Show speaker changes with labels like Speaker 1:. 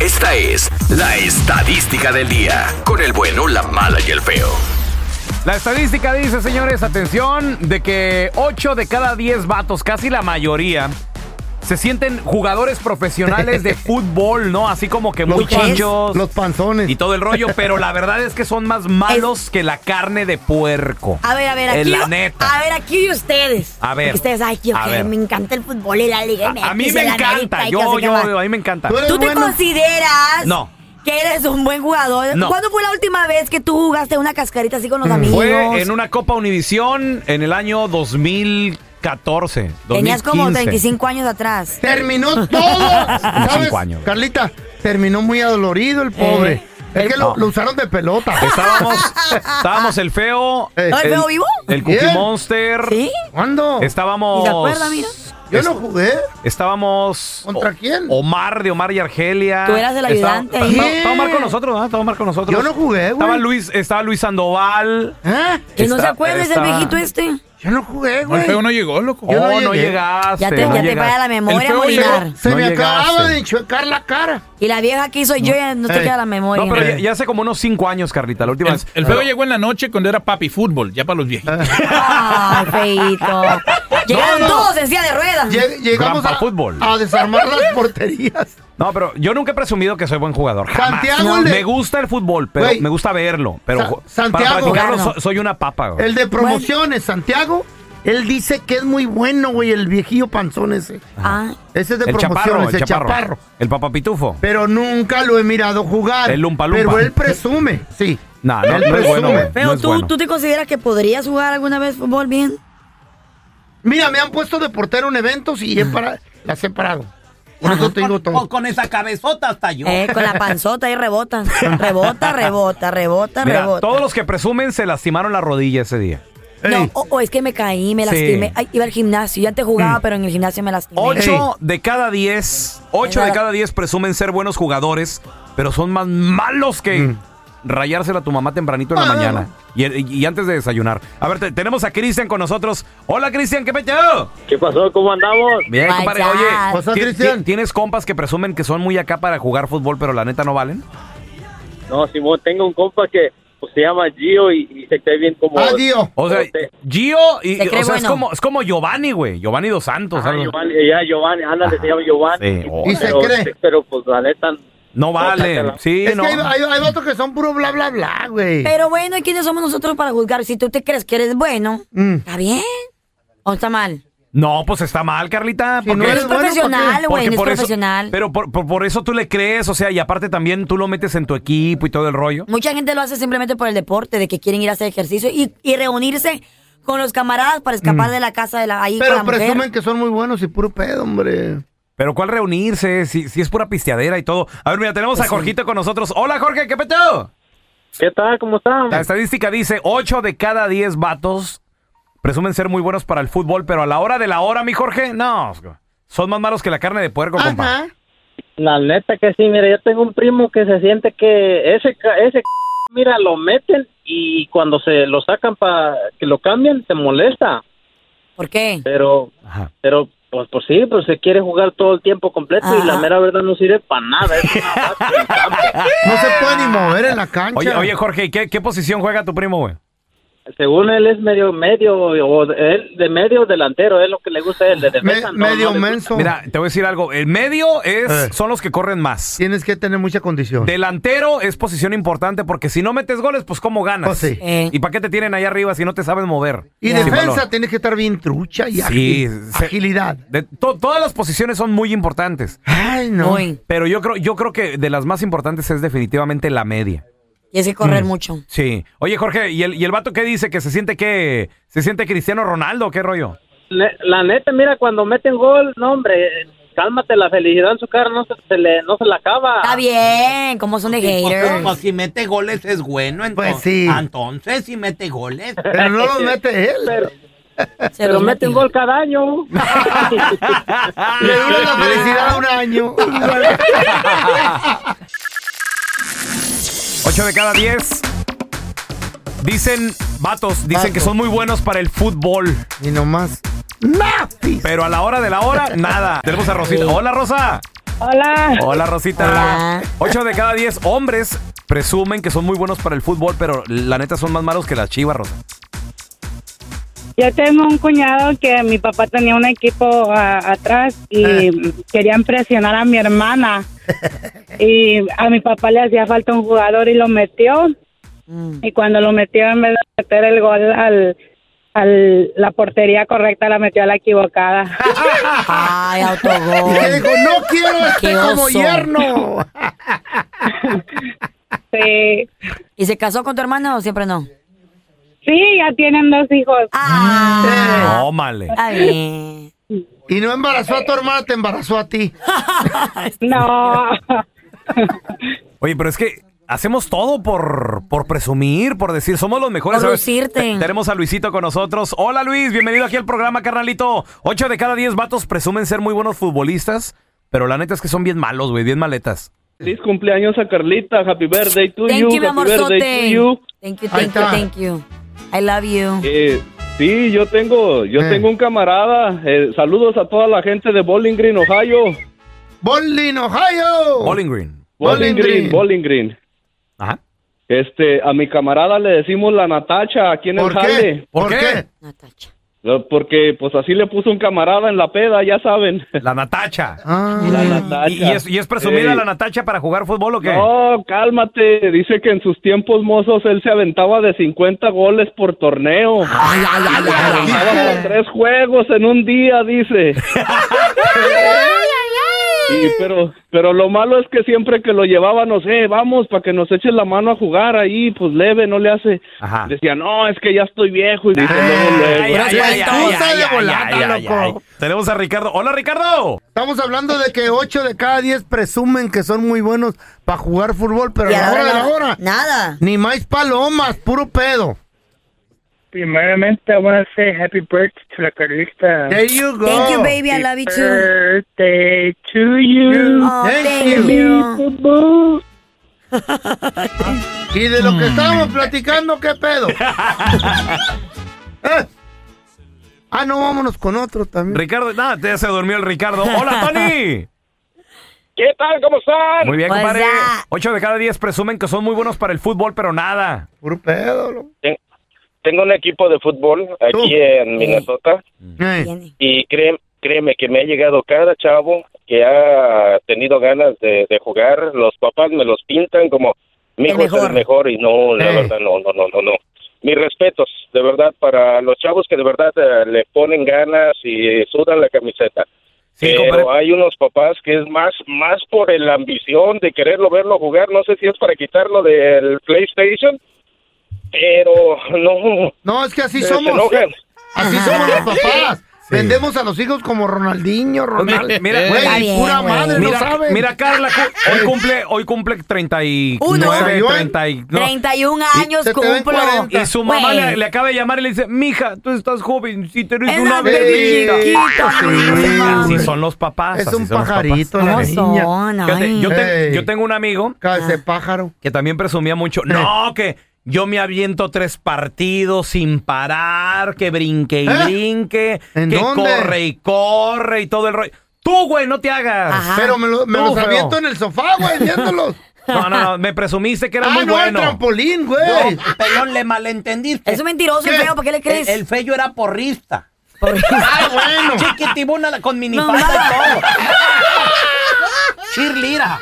Speaker 1: Esta es la estadística del día, con el bueno, la mala y el feo.
Speaker 2: La estadística dice, señores, atención, de que 8 de cada 10 vatos, casi la mayoría, se sienten jugadores profesionales de fútbol, ¿no? Así como que muy
Speaker 3: pan-
Speaker 2: chillos
Speaker 3: Los panzones.
Speaker 2: y todo el rollo, pero la verdad es que son más malos que la carne de puerco.
Speaker 4: A ver, a ver,
Speaker 2: Eh,
Speaker 4: aquí.
Speaker 2: La neta.
Speaker 4: A ver, aquí ustedes.
Speaker 2: A ver.
Speaker 4: Porque ustedes, ay, yo
Speaker 2: A
Speaker 4: que
Speaker 2: ver.
Speaker 4: me encanta el fútbol y la Liga MX
Speaker 2: A, a mí
Speaker 4: y
Speaker 2: me
Speaker 4: la
Speaker 2: encanta,
Speaker 4: América y que no
Speaker 2: yo,
Speaker 4: sé qué más.
Speaker 2: yo, a mí me encanta.
Speaker 3: Tú eres
Speaker 4: ¿Tú te
Speaker 3: bueno.
Speaker 4: consideras
Speaker 2: No.
Speaker 4: que eres un buen jugador?
Speaker 2: No. Mm.
Speaker 4: ¿Cuándo fue la última vez que tú jugaste una cascarita así con los amigos?
Speaker 2: Fue en una Copa Univisión en el año 2014.
Speaker 4: Tenías como
Speaker 2: 2015.
Speaker 4: 35 años atrás.
Speaker 3: Terminó todo. ¿Sabes?
Speaker 2: Cinco años.
Speaker 3: Carlita, terminó muy adolorido el pobre.
Speaker 4: Eh,
Speaker 3: es que lo,
Speaker 2: no.
Speaker 3: lo usaron de pelota.
Speaker 2: Estábamos, estábamos el feo,
Speaker 3: Eh.
Speaker 4: ¿No, el feo vivo?
Speaker 2: el Cookie
Speaker 3: Bien.
Speaker 2: Monster.
Speaker 4: ¿Sí?
Speaker 3: ¿Cuándo?
Speaker 2: Estábamos.
Speaker 4: ¿Y se acuerda, mira?
Speaker 3: Yo no jugué.
Speaker 2: Estábamos.
Speaker 3: ¿Contra
Speaker 2: O-
Speaker 3: quién?
Speaker 2: Omar, de Omar y Argelia.
Speaker 4: Tú eras el
Speaker 2: Estaba-
Speaker 4: ayudante ahí.
Speaker 2: Estaba, estaba Omar con nosotros, ¿no? Estaba Omar con nosotros.
Speaker 3: Yo no jugué, güey.
Speaker 2: Estaba Luis, estaba Luis Sandoval.
Speaker 3: ¿Eh?
Speaker 4: Que no se
Speaker 2: Está-
Speaker 4: acuerdes del
Speaker 2: está-
Speaker 4: viejito este.
Speaker 3: Yo no jugué,
Speaker 5: No, el
Speaker 3: güey.
Speaker 5: feo no llegó, loco.
Speaker 3: Yo no
Speaker 2: oh, no,
Speaker 3: llegué.
Speaker 2: llegaste.
Speaker 4: Ya te, ya
Speaker 2: no
Speaker 4: te
Speaker 2: llegaste.
Speaker 4: falla la memoria,
Speaker 5: feo
Speaker 4: Molinar.
Speaker 3: Se
Speaker 2: No
Speaker 3: me
Speaker 2: llegaste.
Speaker 3: acababa de enchuecar la cara.
Speaker 4: Y la vieja que hizo yo ya no te
Speaker 3: Eh.
Speaker 4: queda la memoria.
Speaker 2: No, pero ya, ya hace como unos cinco años, Carlita, la última
Speaker 5: El,
Speaker 2: vez.
Speaker 5: el feo llegó en la noche cuando era papi fútbol, ya para los viejitos.
Speaker 4: Ay, feito. Llegaron
Speaker 3: No, no.
Speaker 4: todos en silla de ruedas.
Speaker 3: Lleg- llegamos
Speaker 2: Gran
Speaker 3: a,
Speaker 2: pa' fútbol.
Speaker 3: a desarmar las porterías.
Speaker 2: No, pero yo nunca he presumido que soy buen jugador. Jamás.
Speaker 3: Santiago, el de-
Speaker 2: Me gusta el fútbol, pero
Speaker 3: Güey.
Speaker 2: me gusta verlo. Pero
Speaker 3: Sa-
Speaker 2: jo-
Speaker 3: Santiago.
Speaker 2: para practicarlo
Speaker 4: Jugarlo.
Speaker 2: so- soy una papa. güey.
Speaker 3: El de promociones, Santiago, él dice que es muy bueno, güey, el viejillo panzón ese.
Speaker 4: Ah,
Speaker 3: Ese es de
Speaker 2: El
Speaker 3: promociones,
Speaker 2: el chaparro.
Speaker 3: chaparro.
Speaker 2: El papapitufo.
Speaker 3: Pero nunca lo he mirado jugar.
Speaker 2: El Lumpa Lumpa.
Speaker 3: Pero él presume, sí.
Speaker 2: No, no,
Speaker 3: él
Speaker 2: no es bueno, güey.
Speaker 4: pero
Speaker 2: No es
Speaker 4: tú,
Speaker 2: bueno.
Speaker 4: ¿tú te consideras que podrías jugar alguna vez fútbol bien?
Speaker 3: Mira, me han puesto de portero en eventos y he para, las he parado. Por eso te digo todo.
Speaker 5: con esa cabezota hasta yo.
Speaker 4: Eh, con la panzota ahí rebotan. Rebota, rebota, rebota,
Speaker 2: Mira,
Speaker 4: rebota.
Speaker 2: todos los que presumen se lastimaron la rodilla ese día.
Speaker 4: No,
Speaker 3: Ey.
Speaker 4: o, o es que me caí, me
Speaker 2: Sí.
Speaker 4: lastimé. Ay, iba al gimnasio, ya antes jugaba, pero en el gimnasio me lastimé.
Speaker 2: Ocho de cada diez, ocho de
Speaker 4: Nada.
Speaker 2: cada diez presumen ser buenos jugadores, pero son más malos que rayársela a tu mamá tempranito en la
Speaker 3: Ah.
Speaker 2: mañana y, y antes de desayunar. A ver, te- tenemos a Cristian con nosotros. Hola, Cristian, ¿qué pecho?
Speaker 6: ¿Qué pasó? ¿Cómo andamos?
Speaker 2: Bien,
Speaker 4: Vaya.
Speaker 2: compadre.
Speaker 3: Pasa,
Speaker 2: Oye, ti-
Speaker 3: Cristian.
Speaker 2: ti- ¿tienes compas que presumen que son muy acá para jugar fútbol, pero la neta no valen?
Speaker 6: No, Simón, tengo un compa que pues, se llama Gio y, y se cree bien como...
Speaker 3: Ah, Gio.
Speaker 2: O sea,
Speaker 6: Pero te-
Speaker 2: Gio y,
Speaker 4: Se cree
Speaker 2: o sea, es,
Speaker 4: bueno.
Speaker 2: como, es como Giovanni, güey. Giovanni dos Santos.
Speaker 6: Ah,
Speaker 2: algo.
Speaker 6: Giovanni, ya, Giovanni, ándale, se llama Giovanni.
Speaker 2: Sí, oh.
Speaker 3: Y se
Speaker 6: pero,
Speaker 3: cree.
Speaker 6: Pero, pues, la neta,
Speaker 2: No valen.
Speaker 6: sácala.
Speaker 2: Sí,
Speaker 3: es
Speaker 2: no.
Speaker 3: que hay, hay, hay vatos que son puro bla, bla, bla, güey.
Speaker 4: Pero bueno, ¿y quiénes somos nosotros para juzgar? Si tú te crees que eres bueno,
Speaker 3: Mm.
Speaker 4: ¿está bien? ¿O está mal?
Speaker 2: No, pues está mal, Carlita.
Speaker 3: Si no
Speaker 2: porque-
Speaker 3: eres
Speaker 4: Es
Speaker 3: bueno, ¿por qué?
Speaker 4: profesional, güey,
Speaker 2: Porque
Speaker 4: no es
Speaker 2: por eso-
Speaker 4: profesional.
Speaker 2: pero por, por- por eso tú le crees, o sea, y aparte también tú lo metes en tu equipo y todo el rollo.
Speaker 4: Mucha gente lo hace simplemente por el deporte, de que quieren ir a hacer ejercicio y, y reunirse con los camaradas para escapar de la casa de la ahí con
Speaker 3: Pero
Speaker 4: la mujer.
Speaker 3: presumen que son muy buenos y puro pedo, hombre.
Speaker 2: Pero ¿cuál reunirse? Si, si es pura pisteadera y todo. A ver, mira, tenemos
Speaker 3: Pues
Speaker 2: a Jorgito con nosotros. Hola, Jorge, ¿qué peteo?
Speaker 6: ¿qué tal? ¿Cómo están?
Speaker 2: La estadística dice 8 de cada 10 vatos presumen ser muy buenos para el fútbol, pero a la hora de la hora, mi Jorge, no. Son más malos que la carne de puerco, compa.
Speaker 3: Ajá.
Speaker 6: La neta que sí, mira, yo tengo un primo que se siente que ese, ca- ese, c- mira, lo meten y cuando se lo sacan para que lo cambien, se molesta.
Speaker 4: ¿Por qué?
Speaker 6: Pero,
Speaker 2: Ajá.
Speaker 6: pero, pues, pues sí, pues se quiere jugar todo el tiempo completo y la
Speaker 4: Ah.
Speaker 6: mera verdad no sirve para nada. Es una basura en campo.
Speaker 3: No se puede ni mover en la cancha.
Speaker 2: Oye, oye, Jorge, ¿y ¿qué, qué posición juega tu primo, güey?
Speaker 6: Según él es medio medio o él de medio delantero es lo que le gusta a él de
Speaker 3: Me-
Speaker 6: defensa. no,
Speaker 3: medio
Speaker 6: no le gusta.
Speaker 3: menso.
Speaker 2: Mira, te voy a decir algo. El medio es,
Speaker 3: Eh.
Speaker 2: son los que corren más.
Speaker 3: Tienes que tener mucha condición.
Speaker 2: Delantero es posición importante porque si no metes goles, pues ¿cómo ganas?
Speaker 3: Pues sí.
Speaker 4: Eh.
Speaker 2: ¿Y para qué te tienen ahí arriba si no te sabes mover?
Speaker 3: Y
Speaker 4: Ya.
Speaker 3: defensa,
Speaker 2: Sí,
Speaker 3: tienes que estar bien trucha y
Speaker 2: Sí,
Speaker 3: ágil-
Speaker 2: se-
Speaker 3: agilidad.
Speaker 2: de- to- todas las posiciones son muy importantes,
Speaker 3: Ay, no.
Speaker 4: Uy,
Speaker 2: pero yo creo, yo creo que de las más importantes es definitivamente la media.
Speaker 4: y es que correr mucho.
Speaker 2: Sí. Oye, Jorge, ¿y el, y el vato qué dice? ¿Que se siente que se siente Cristiano Ronaldo? o ¿Qué rollo?
Speaker 6: Ne- La neta, mira, cuando meten gol, no hombre, cálmate, la felicidad en su cara no se, se le, no se la acaba.
Speaker 4: Está bien, como son de haters.
Speaker 7: si mete goles es bueno, entonces.
Speaker 3: Pues sí.
Speaker 7: Entonces, si mete goles.
Speaker 3: Pero no lo mete él.
Speaker 6: Pero,
Speaker 4: Se
Speaker 6: pero
Speaker 4: los
Speaker 6: mete un
Speaker 4: metí.
Speaker 6: gol cada año.
Speaker 3: Le dura la felicidad un año.
Speaker 2: 8 de cada 10. Dicen, vatos, dicen que
Speaker 3: Vatos.
Speaker 2: son muy buenos para el fútbol,
Speaker 3: y nomás.
Speaker 2: pero a la hora de la hora, nada. Tenemos a Rosita. Hola, Rosa.
Speaker 8: Hola.
Speaker 2: Hola, Rosita.
Speaker 4: Hola.
Speaker 2: Ocho de cada diez hombres presumen que son muy buenos para el fútbol, pero la neta son más malos que las chivas, Rosa.
Speaker 8: Yo tengo un cuñado que mi papá tenía un equipo ah, atrás y
Speaker 9: Ah.
Speaker 8: querían presionar a mi hermana. y a mi papá le hacía falta un jugador y lo metió.
Speaker 9: Mm.
Speaker 8: Y cuando lo metió, en vez de meter el gol al, al la portería correcta, la metió a la equivocada.
Speaker 4: Ay,
Speaker 3: Y que
Speaker 4: autogol.
Speaker 3: dijo, no quiero este
Speaker 4: Oh. Qué
Speaker 3: como
Speaker 4: oso.
Speaker 3: yerno.
Speaker 8: Sí,
Speaker 4: ¿Y se casó con tu hermana o siempre no?
Speaker 8: sí ya tienen dos hijos.
Speaker 4: Ah,
Speaker 2: No, male.
Speaker 4: está bien.
Speaker 3: Y no embarazó a tu hermana, te embarazó a ti.
Speaker 8: No.
Speaker 2: Oye, pero es que hacemos todo por, por presumir, por decir, somos los mejores.
Speaker 4: Por
Speaker 2: ¿sabes?
Speaker 4: lucirte.
Speaker 2: Te- Tenemos a Luisito con nosotros. Hola, Luis. Bienvenido aquí al programa, carnalito. Ocho de cada diez vatos presumen ser muy buenos futbolistas, pero la neta es que son bien malos, güey. Bien maletas.
Speaker 9: Feliz cumpleaños a Carlita. Happy birthday to
Speaker 4: Thank
Speaker 9: you.
Speaker 4: you, mi
Speaker 9: happy birthday to
Speaker 4: amorzote.
Speaker 9: you.
Speaker 4: Thank
Speaker 3: Ahí
Speaker 4: you, thank you,
Speaker 3: está.
Speaker 4: thank you. I love you.
Speaker 9: Eh, sí, yo tengo, yo
Speaker 3: Eh.
Speaker 9: tengo un camarada. Eh, saludos a toda la gente de Bowling Green, Ohio.
Speaker 3: Bowling, Ohio.
Speaker 2: Bowling Green.
Speaker 9: Bowling
Speaker 3: Green.
Speaker 9: Green, Bowling Green.
Speaker 2: Ajá.
Speaker 9: Este, a mi camarada le decimos la Natacha aquí en el
Speaker 3: ¿Por qué?
Speaker 9: jale.
Speaker 2: ¿Por qué?
Speaker 4: Natacha.
Speaker 9: No, Porque pues así le puso un camarada en la peda, ya saben.
Speaker 2: La Natacha.
Speaker 3: Ah,
Speaker 9: La
Speaker 2: Mm. ¿Y, y es, y es presumida
Speaker 9: Ey.
Speaker 2: la Natacha para jugar fútbol o qué?
Speaker 9: No, cálmate. Dice que en sus tiempos mozos él se aventaba de 50 goles por torneo.
Speaker 2: Ah,
Speaker 9: Jugaba con tres juegos en un día, dice. Y, pero, pero lo malo es que siempre que lo llevaba, no sé, vamos, para que nos eches la mano a jugar ahí, pues leve, no le hace.
Speaker 2: Ajá. Ah,
Speaker 9: Decía, no, es que ya estoy viejo. Y dice, luego, luego.
Speaker 2: Ay, ay, ay, ay,
Speaker 3: excusa
Speaker 2: ay,
Speaker 3: de
Speaker 2: ay,
Speaker 3: volada,
Speaker 2: ay, ay,
Speaker 3: loco.
Speaker 2: ay. Tenemos a Ricardo. Hola, Ricardo.
Speaker 3: Estamos hablando de que 8 de cada 10 presumen que son muy buenos para jugar fútbol, pero a
Speaker 4: Y
Speaker 3: la
Speaker 4: ahora
Speaker 3: hora de
Speaker 4: no-
Speaker 3: la hora,
Speaker 4: Nada.
Speaker 3: ni más palomas, puro pedo.
Speaker 10: Primeramente, I want to say happy birthday to la Carlita.
Speaker 3: There you go.
Speaker 4: Thank you, baby. I love you too.
Speaker 10: Birthday to you.
Speaker 4: Oh,
Speaker 3: Thank
Speaker 4: thank
Speaker 10: Feliz
Speaker 4: you.
Speaker 10: cumpleaños.
Speaker 3: Y de
Speaker 2: Mm.
Speaker 3: lo que estábamos platicando, ¿qué pedo? ¿Eh? Ah, no, vámonos con otro también.
Speaker 2: Ricardo, nada, ya se durmió el Ricardo. Hola, Tony.
Speaker 9: ¿Qué tal? ¿Cómo están?
Speaker 2: Muy bien,
Speaker 4: What's
Speaker 2: compadre.
Speaker 4: that?
Speaker 2: Ocho de cada diez presumen que son muy buenos para el fútbol, pero nada.
Speaker 3: Puro pedo, loco.
Speaker 9: Tengo un equipo de fútbol
Speaker 3: Tú.
Speaker 9: aquí en Minnesota
Speaker 3: Eh.
Speaker 4: Viene.
Speaker 9: y créeme, créeme que me ha llegado cada chavo que ha tenido ganas de, de jugar. Los papás me los pintan como mi
Speaker 4: El
Speaker 9: hijo es
Speaker 4: mejor.
Speaker 9: el mejor y no, la
Speaker 3: Eh.
Speaker 9: verdad, no, no, no, no, no. Mis respetos, de verdad, para los chavos que de verdad eh, le ponen ganas y sudan la camiseta.
Speaker 2: Sí,
Speaker 9: Pero
Speaker 2: compadre.
Speaker 9: hay unos papás que es más más por la ambición de quererlo verlo jugar, no sé si es para quitarlo del PlayStation, pero no,
Speaker 3: No, es que así
Speaker 2: Eh,
Speaker 9: se- se
Speaker 3: somos.
Speaker 9: enojan.
Speaker 3: Así somos los papás. Vendemos a los hijos como Ronaldinho, Ronaldo.
Speaker 2: Pues mira,
Speaker 3: Güey,
Speaker 4: Está bien,
Speaker 3: pura
Speaker 4: güey.
Speaker 3: madre, no
Speaker 2: Mira,
Speaker 3: saben.
Speaker 2: mira, Carla, cu- hoy cumple, hoy cumple 39,
Speaker 3: Uno.
Speaker 2: 30 y, no.
Speaker 4: 31 años
Speaker 3: se te ven
Speaker 4: cumplo.
Speaker 3: 40.
Speaker 2: Y su mamá
Speaker 4: Güey.
Speaker 2: le, le acaba de llamar y le dice, mija, tú estás joven, si te eres
Speaker 4: Es
Speaker 2: una
Speaker 4: una
Speaker 2: bebida.
Speaker 3: bebé
Speaker 4: chiquita,
Speaker 3: Sí,
Speaker 4: Luisa.
Speaker 2: Así
Speaker 3: güey.
Speaker 2: son los papás.
Speaker 3: es
Speaker 2: así
Speaker 3: un
Speaker 2: son los papás.
Speaker 3: pajarito, la
Speaker 4: ¿Cómo
Speaker 3: niña.
Speaker 4: son?
Speaker 2: Fíjate,
Speaker 4: Ay.
Speaker 2: yo, te-
Speaker 3: Ey.
Speaker 2: yo tengo un amigo
Speaker 3: Cállese, pájaro.
Speaker 2: que también presumía mucho. No, que yo me aviento tres partidos sin parar, que brinque y
Speaker 3: ¿Eh?
Speaker 2: brinque,
Speaker 3: ¿En
Speaker 2: que
Speaker 3: dónde?
Speaker 2: corre y corre y todo el rollo. Tú, güey, no te hagas.
Speaker 4: Ajá.
Speaker 3: Pero me, lo- me
Speaker 2: Tú,
Speaker 3: los
Speaker 2: Ah. feo.
Speaker 3: aviento en el sofá, güey, viéndolos.
Speaker 2: No, no, no, me presumiste que era
Speaker 3: ah,
Speaker 2: muy
Speaker 3: no, el
Speaker 2: bueno.
Speaker 3: trampolín, güey.
Speaker 7: Pelón, le malentendiste.
Speaker 4: Es un mentiroso, el
Speaker 3: ¿Qué?
Speaker 4: feo. ¿Para qué le
Speaker 7: el,
Speaker 4: crees?
Speaker 7: el Fello era porrista.
Speaker 3: Ah, bueno.
Speaker 7: Chiquitibuna con
Speaker 4: No,
Speaker 7: minifalda
Speaker 4: no.
Speaker 7: y todo. Cheerleader.